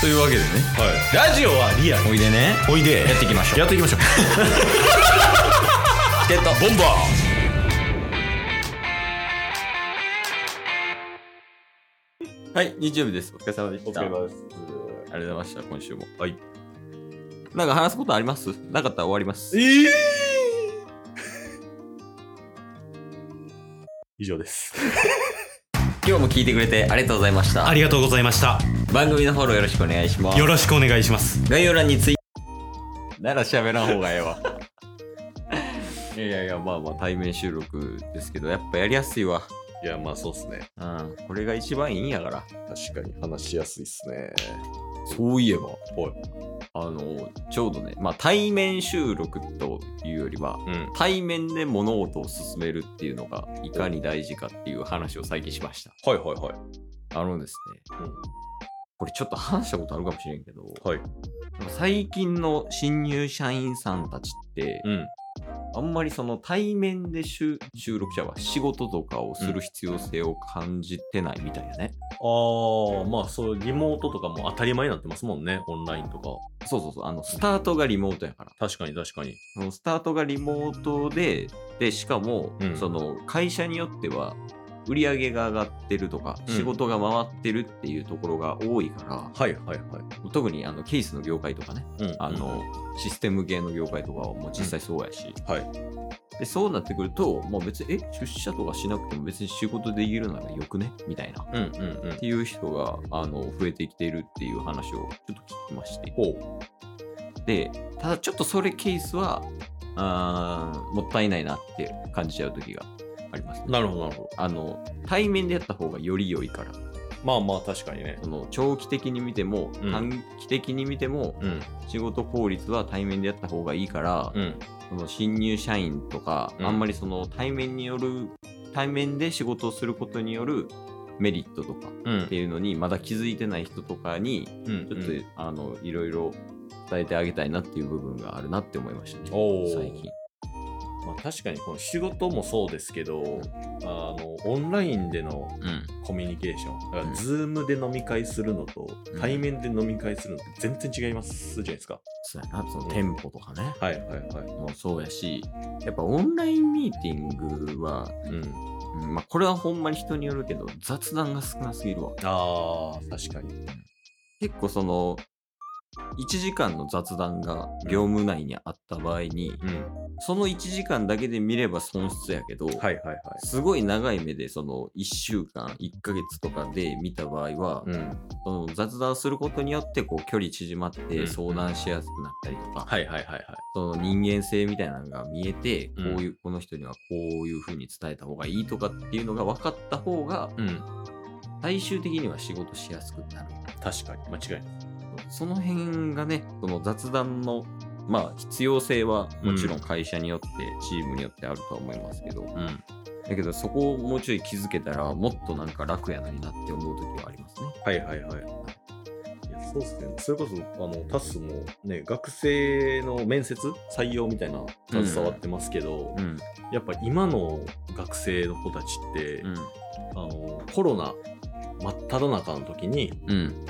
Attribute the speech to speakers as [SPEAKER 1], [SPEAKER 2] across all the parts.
[SPEAKER 1] というわけでね
[SPEAKER 2] ラジオはリアル
[SPEAKER 1] おいでね
[SPEAKER 2] おいで
[SPEAKER 1] やっていきましょう
[SPEAKER 2] やっていきましょう
[SPEAKER 1] チケットボンバーはい、日曜日です。お疲れ様でした。ありがと
[SPEAKER 2] です
[SPEAKER 1] うございました、今週も。はい。なんか話すことありますなかったら終わります。
[SPEAKER 2] ええ以上です
[SPEAKER 1] 今日も聞いてくれてありがとうございました
[SPEAKER 2] あ。りがとうございました
[SPEAKER 1] 番組のフォローよろしくお願いします
[SPEAKER 2] よ。ろしくお願いします
[SPEAKER 1] 概要欄にツイなら喋らん方がええわ。いやいやいや、まあまあ 対面収録ですけど、やっぱやりやすいわ。
[SPEAKER 2] いやまあそうっすね
[SPEAKER 1] うん、これが一番いいんやから。
[SPEAKER 2] 確かに話しやすいっすね
[SPEAKER 1] そういえば、
[SPEAKER 2] おい
[SPEAKER 1] あの、ちょうどね、まあ対面収録というよりは、
[SPEAKER 2] うん
[SPEAKER 1] 対面で物事を進めるっていうのがいかに大事かっていう話を最近しました。
[SPEAKER 2] はいはいはい
[SPEAKER 1] あのですね、
[SPEAKER 2] うん
[SPEAKER 1] これちょっと話したことあるかもしれんけど、
[SPEAKER 2] はい
[SPEAKER 1] なんか最近の新入社員さんたちって、
[SPEAKER 2] うん
[SPEAKER 1] あんまりその対面で収収録者は仕事とかをする必要性を感じてないみたいやね。
[SPEAKER 2] ああまあそうリモートとかも当たり前になってますもんねオンラインとか
[SPEAKER 1] そうそうそう、あの、スタートがリモートやから。
[SPEAKER 2] 確かに確かに
[SPEAKER 1] そのスタートがリモートで、で、しかも、
[SPEAKER 2] うん
[SPEAKER 1] その会社によっては、売り上げが上がってるとか、
[SPEAKER 2] うん
[SPEAKER 1] 仕事が回ってるっていうところが多いか
[SPEAKER 2] はいはいはい
[SPEAKER 1] ら、特にあのケースの業界とかね、
[SPEAKER 2] うん
[SPEAKER 1] あの、システム系の業界とかはもう実際そうやし、
[SPEAKER 2] はい
[SPEAKER 1] でそうなってくると、まあ、別に、え、出社とかしなくても別に仕事できるならよくねみたいな。
[SPEAKER 2] うんうんうん
[SPEAKER 1] っていう人があの増えてきているっていう話をちょっと聞きまして
[SPEAKER 2] ほう
[SPEAKER 1] でただちょっとそれケースはあーもったいないなって感じちゃう時がありますね
[SPEAKER 2] なるほどなるほど
[SPEAKER 1] あの対面でやった方がより良いから
[SPEAKER 2] まあまあ確かにね
[SPEAKER 1] その長期的に見ても
[SPEAKER 2] うん
[SPEAKER 1] 短期的に見ても
[SPEAKER 2] うん
[SPEAKER 1] 仕事効率は対面でやった方がいいから、
[SPEAKER 2] うん
[SPEAKER 1] その新入社員とか、
[SPEAKER 2] うん
[SPEAKER 1] あんまりその対面による対面で仕事をすることによるメリットとか
[SPEAKER 2] うん
[SPEAKER 1] っていうのにまだ気づいてない人とかに
[SPEAKER 2] うん
[SPEAKER 1] ちょっと、あのいろいろ伝えてあげたいなっていう部分があるなって思いましたね。
[SPEAKER 2] おー
[SPEAKER 1] 最近。
[SPEAKER 2] まあ、確かにこの仕事もそうですけど、あのオンラインでの
[SPEAKER 1] うん。
[SPEAKER 2] コミュニケーションだか
[SPEAKER 1] う
[SPEAKER 2] ら
[SPEAKER 1] ん
[SPEAKER 2] Zoom で飲み会するのと、
[SPEAKER 1] うん
[SPEAKER 2] 対面で飲み会するのって全然違いますじゃないですか
[SPEAKER 1] そうやな、その店舗とかね。
[SPEAKER 2] はいはいはい
[SPEAKER 1] もうそうやし、やっぱオンラインミーティングは、
[SPEAKER 2] うん
[SPEAKER 1] うんまあこれはほんまに人によるけど、雑談が少なすぎるわ。
[SPEAKER 2] あー確かに
[SPEAKER 1] 結構その、1時間の雑談が業務内にあった場合に、
[SPEAKER 2] うん
[SPEAKER 1] その1時間だけで見れば損失やけど、
[SPEAKER 2] はいはいはい
[SPEAKER 1] すごい長い目でその1週間1ヶ月とかで見た場合は、
[SPEAKER 2] うん
[SPEAKER 1] その雑談することによってこう距離縮まっ
[SPEAKER 2] う
[SPEAKER 1] て
[SPEAKER 2] ん
[SPEAKER 1] 相談しやすくなったりとか、
[SPEAKER 2] はいはいはいはい
[SPEAKER 1] その人間性みたいなのが見えて、
[SPEAKER 2] うん
[SPEAKER 1] こういうこの人にはこういうふうに伝えた方がいいとかっていうのが分かった方が
[SPEAKER 2] うん
[SPEAKER 1] 最終的には仕事しやすくなる
[SPEAKER 2] 確かに間違いない
[SPEAKER 1] その辺がねその雑談のまあ必要性はもちろん会社によってチームによってあるとは思いますけど、
[SPEAKER 2] うん
[SPEAKER 1] だけどそこをもうちょい気づけたらもっとなんか楽やのになって思う時はありますね
[SPEAKER 2] はいはいはいいやそうっすねそれこそあのタスもね学生の面接採用みたいな携わってますけど、
[SPEAKER 1] うん
[SPEAKER 2] やっぱ今の学生の子たちって、
[SPEAKER 1] うん
[SPEAKER 2] あのコロナ真っ只中の時に、
[SPEAKER 1] うん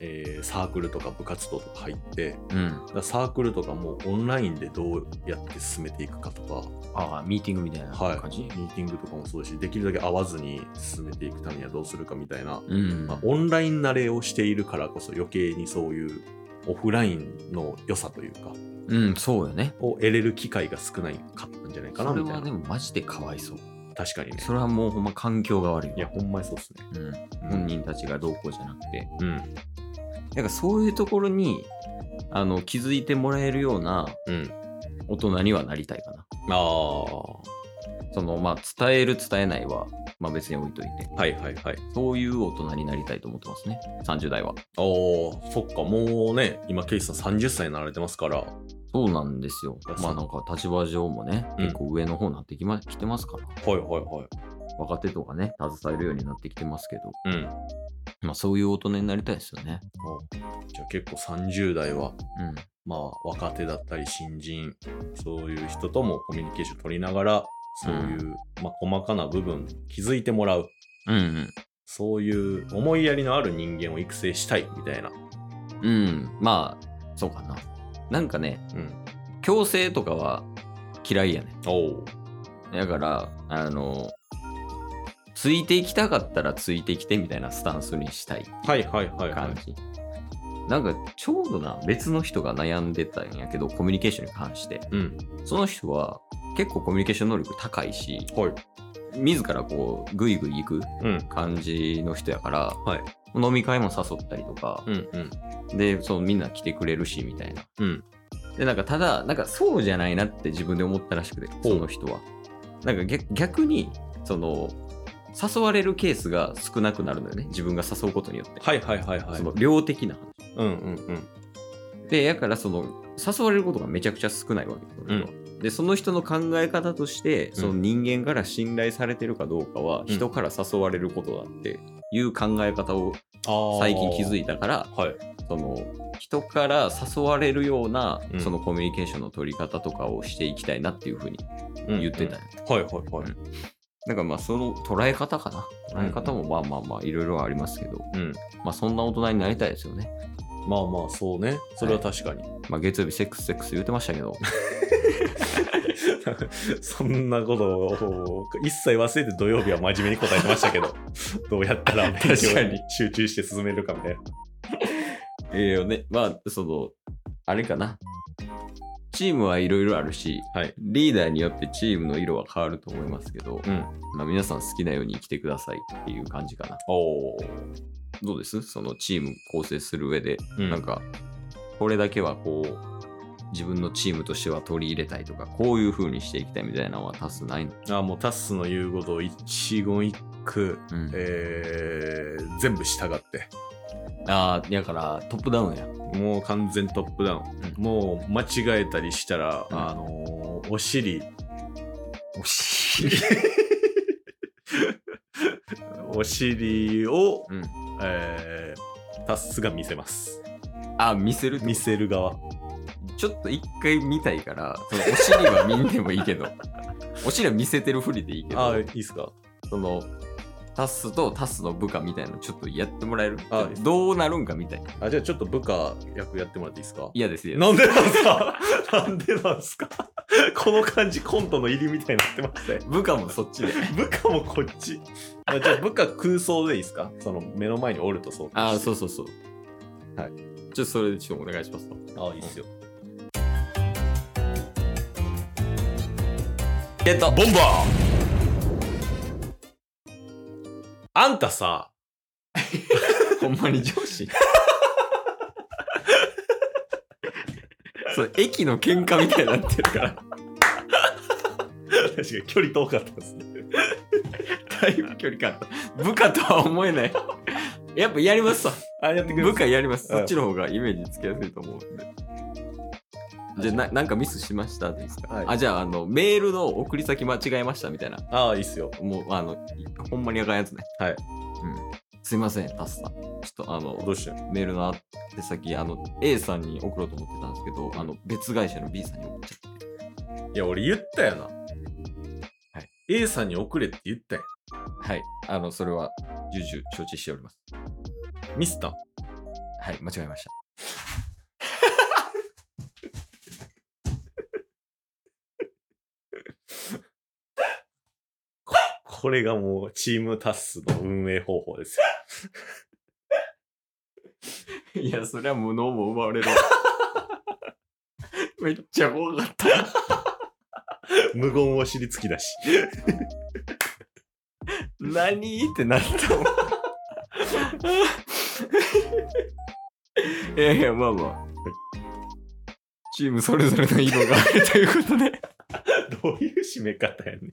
[SPEAKER 2] えーサークルとか部活動とか入って
[SPEAKER 1] うん
[SPEAKER 2] だからサークルとかもオンラインでどうやって進めていくかとか
[SPEAKER 1] ああミーティングみたいな
[SPEAKER 2] はい
[SPEAKER 1] 感じ、
[SPEAKER 2] ミーティングとかもそうだしできるだけ会わずに進めていくためにはどうするかみたいな、
[SPEAKER 1] うん
[SPEAKER 2] まあ、オンライン慣れをしているからこそ余計にそういうオフラインの良さというか
[SPEAKER 1] うん、そうよね。
[SPEAKER 2] を得れる機会が少ないかったんじゃないかな
[SPEAKER 1] それ
[SPEAKER 2] みた
[SPEAKER 1] はいで
[SPEAKER 2] な
[SPEAKER 1] もマジでかわいそう。
[SPEAKER 2] 確かにね
[SPEAKER 1] それはもうほんま環境が悪いよ。
[SPEAKER 2] いやほんまにそうですね
[SPEAKER 1] うん、本人たちがどうこうじゃなくて。
[SPEAKER 2] うん
[SPEAKER 1] なんかそういうところにあの気づいてもらえるような
[SPEAKER 2] うん
[SPEAKER 1] 大人にはなりたいかな。
[SPEAKER 2] ああ
[SPEAKER 1] そのまあ伝える伝えないは、まあ、別に置いといて。
[SPEAKER 2] はいはいはい。
[SPEAKER 1] そういう大人になりたいと思ってますね。30代は。
[SPEAKER 2] おー、そっか、もうね、今、ケイスさん30歳になられてますから、は
[SPEAKER 1] そうなんですよ
[SPEAKER 2] いや。
[SPEAKER 1] まあ
[SPEAKER 2] そう
[SPEAKER 1] なんか立場上もね、
[SPEAKER 2] うん
[SPEAKER 1] 結構上の方になってき,、ま、きてますから。
[SPEAKER 2] いはいはい。
[SPEAKER 1] 若手とかね、携えるようになってきてますけど。
[SPEAKER 2] うん。
[SPEAKER 1] まあそういう大人になりたいですよね。
[SPEAKER 2] じゃあ結構30代は、
[SPEAKER 1] うん。
[SPEAKER 2] まあ、若手だったり、新人、そういう人ともコミュニケーション取りながら、そういう、まあ、細かな部分、気づいてもらう、
[SPEAKER 1] うんうん。
[SPEAKER 2] そういう思いやりのある人間を育成したいみたいな
[SPEAKER 1] うん、まあ、そうかな。なんかね、
[SPEAKER 2] うん。
[SPEAKER 1] 強制とかは嫌いやね。
[SPEAKER 2] おお。
[SPEAKER 1] だから、あの、ついていきたかったらついてきてみたいなスタンスにしたい
[SPEAKER 2] はいはいはいは
[SPEAKER 1] 感
[SPEAKER 2] い。
[SPEAKER 1] じ。なんか、ちょうどな、別の人が悩んでたんやけど、コミュニケーションに関して。
[SPEAKER 2] うん。
[SPEAKER 1] その人は結構コミュニケーション能力高いし、
[SPEAKER 2] はい。
[SPEAKER 1] 自らこう、ぐいぐい行く
[SPEAKER 2] うん。
[SPEAKER 1] 感じの人やから、
[SPEAKER 2] はい
[SPEAKER 1] 飲み会も誘ったりとか、
[SPEAKER 2] うんうん。
[SPEAKER 1] で、そうみんな来てくれるし、みたいな。
[SPEAKER 2] うん。
[SPEAKER 1] で、なんかただ、なんかそうじゃないなって自分で思ったらしくて、
[SPEAKER 2] ほう
[SPEAKER 1] その人は。なんか逆逆に、その、誘われるケースが少なくなるのよね。自分が誘うことによって。
[SPEAKER 2] はいはいはいはい。
[SPEAKER 1] その量的な話。
[SPEAKER 2] うんうんうん。
[SPEAKER 1] で、やからその、誘われることがめちゃくちゃ少ないわけよ。
[SPEAKER 2] うん
[SPEAKER 1] で、その人の考え方として、その人間から信頼されてるかどうかは、
[SPEAKER 2] ん
[SPEAKER 1] 人から誘われることだっていう考え方を
[SPEAKER 2] あ
[SPEAKER 1] 最近気づ
[SPEAKER 2] い
[SPEAKER 1] いたから、
[SPEAKER 2] た。はい。
[SPEAKER 1] その人から誘われるような、
[SPEAKER 2] うん
[SPEAKER 1] そのコミュニケーションの取り方とかをしていきたいなっていうふうに言ってた、よ。
[SPEAKER 2] はいはいはい。
[SPEAKER 1] なんかまあその捉え方かな捉え方もまあまあまあいろいろありますけど、
[SPEAKER 2] うん。
[SPEAKER 1] まあそんな大人になりたいですよね
[SPEAKER 2] まあまあ、そうね。それは確かに。
[SPEAKER 1] まあ月曜日セックスセックス言ってましたけど
[SPEAKER 2] そんなことを一切忘れて土曜日は真面目に答えてました けど、どうやったら勉強に集中して進めるかみたいな。
[SPEAKER 1] ええよねまあそのあれかなチームはいろいろあるし
[SPEAKER 2] はい。
[SPEAKER 1] リーダーによってチームの色は変わると思いますけど、
[SPEAKER 2] うん。
[SPEAKER 1] まあ、皆さん好きなように生きてくださいっていう感じかな
[SPEAKER 2] おお。
[SPEAKER 1] どうですそのチーム構成する上で
[SPEAKER 2] うん
[SPEAKER 1] なんか、これだけはこう、自分のチームとしては取り入れたいとか、こういう風にしていきたいみたいなのは多数ないの。
[SPEAKER 2] あもうタッスの言うことを一言一句、
[SPEAKER 1] うん
[SPEAKER 2] えー、全部従って。
[SPEAKER 1] ああ、だからトップダウンや。
[SPEAKER 2] もう完全トップダウン。
[SPEAKER 1] う
[SPEAKER 2] もう間違えたりしたら、
[SPEAKER 1] うん
[SPEAKER 2] あのーお尻、
[SPEAKER 1] おし
[SPEAKER 2] お尻を、
[SPEAKER 1] うん。
[SPEAKER 2] えータッスが見せます。
[SPEAKER 1] あ、見せる
[SPEAKER 2] 見せる側。
[SPEAKER 1] ちょっと一回見たいから、そのお尻は見んでもいいけど、 お尻は見せてるふりでいいけど、
[SPEAKER 2] いいっすか
[SPEAKER 1] その、タスとタスの部下みたいなのちょっとやってもらえる
[SPEAKER 2] あいいです
[SPEAKER 1] どうなるんかみたいな。
[SPEAKER 2] あ、じゃあちょっと部下役やってもらっていいですか
[SPEAKER 1] 嫌ですよ。
[SPEAKER 2] なんでなんすか なんでなんすかこの感じコントの入りみたいになってま すね。
[SPEAKER 1] 部下もそっちで。
[SPEAKER 2] 部下もこっち。あじゃあ部下空想でいいですかその目の前におるとそう。
[SPEAKER 1] ああ、そうそうそう。
[SPEAKER 2] はい。
[SPEAKER 1] ちょっとそれでちょっとお願いしますと。
[SPEAKER 2] あいいっすよ。
[SPEAKER 1] えっと、
[SPEAKER 2] ボンバーあんたさ、
[SPEAKER 1] ほんまに上司そう駅の喧嘩みたいにな ってるから
[SPEAKER 2] 確かに距離遠かったですね。
[SPEAKER 1] だいぶ距離感部下とは思えないやっぱやりますわ
[SPEAKER 2] あ、やってくれ
[SPEAKER 1] 部下やります
[SPEAKER 2] うん
[SPEAKER 1] そっちの方がイメージつきやすいと思うんでじゃあななんかミスしましたでいいですか、
[SPEAKER 2] はい
[SPEAKER 1] あじゃああのメールの送り先間違えましたみたいな
[SPEAKER 2] ああ、いいっすよ。
[SPEAKER 1] もうあのほんまにあかんやつね
[SPEAKER 2] はい
[SPEAKER 1] うん、すいませんタスさんちょっとあの
[SPEAKER 2] どうして
[SPEAKER 1] メールの宛先あの A さんに送ろうと思ってたんですけどあの別会社の B さんに送っちゃって。
[SPEAKER 2] いや、俺言ったよな。はい A さんに送れって言ったやん。
[SPEAKER 1] はい。あの、それは、重々承知しております。
[SPEAKER 2] ミスター
[SPEAKER 1] はい、間違えました。
[SPEAKER 2] これがもうチームタスの運営方法ですよ。
[SPEAKER 1] いや、それは無能も奪わ れる。めっちゃ怖かった。
[SPEAKER 2] 無言を尻つきだし。
[SPEAKER 1] 何ってなった もん。いやいや、まあまあ。チームそれぞれの色があるということで。
[SPEAKER 2] どういう締め方やねん。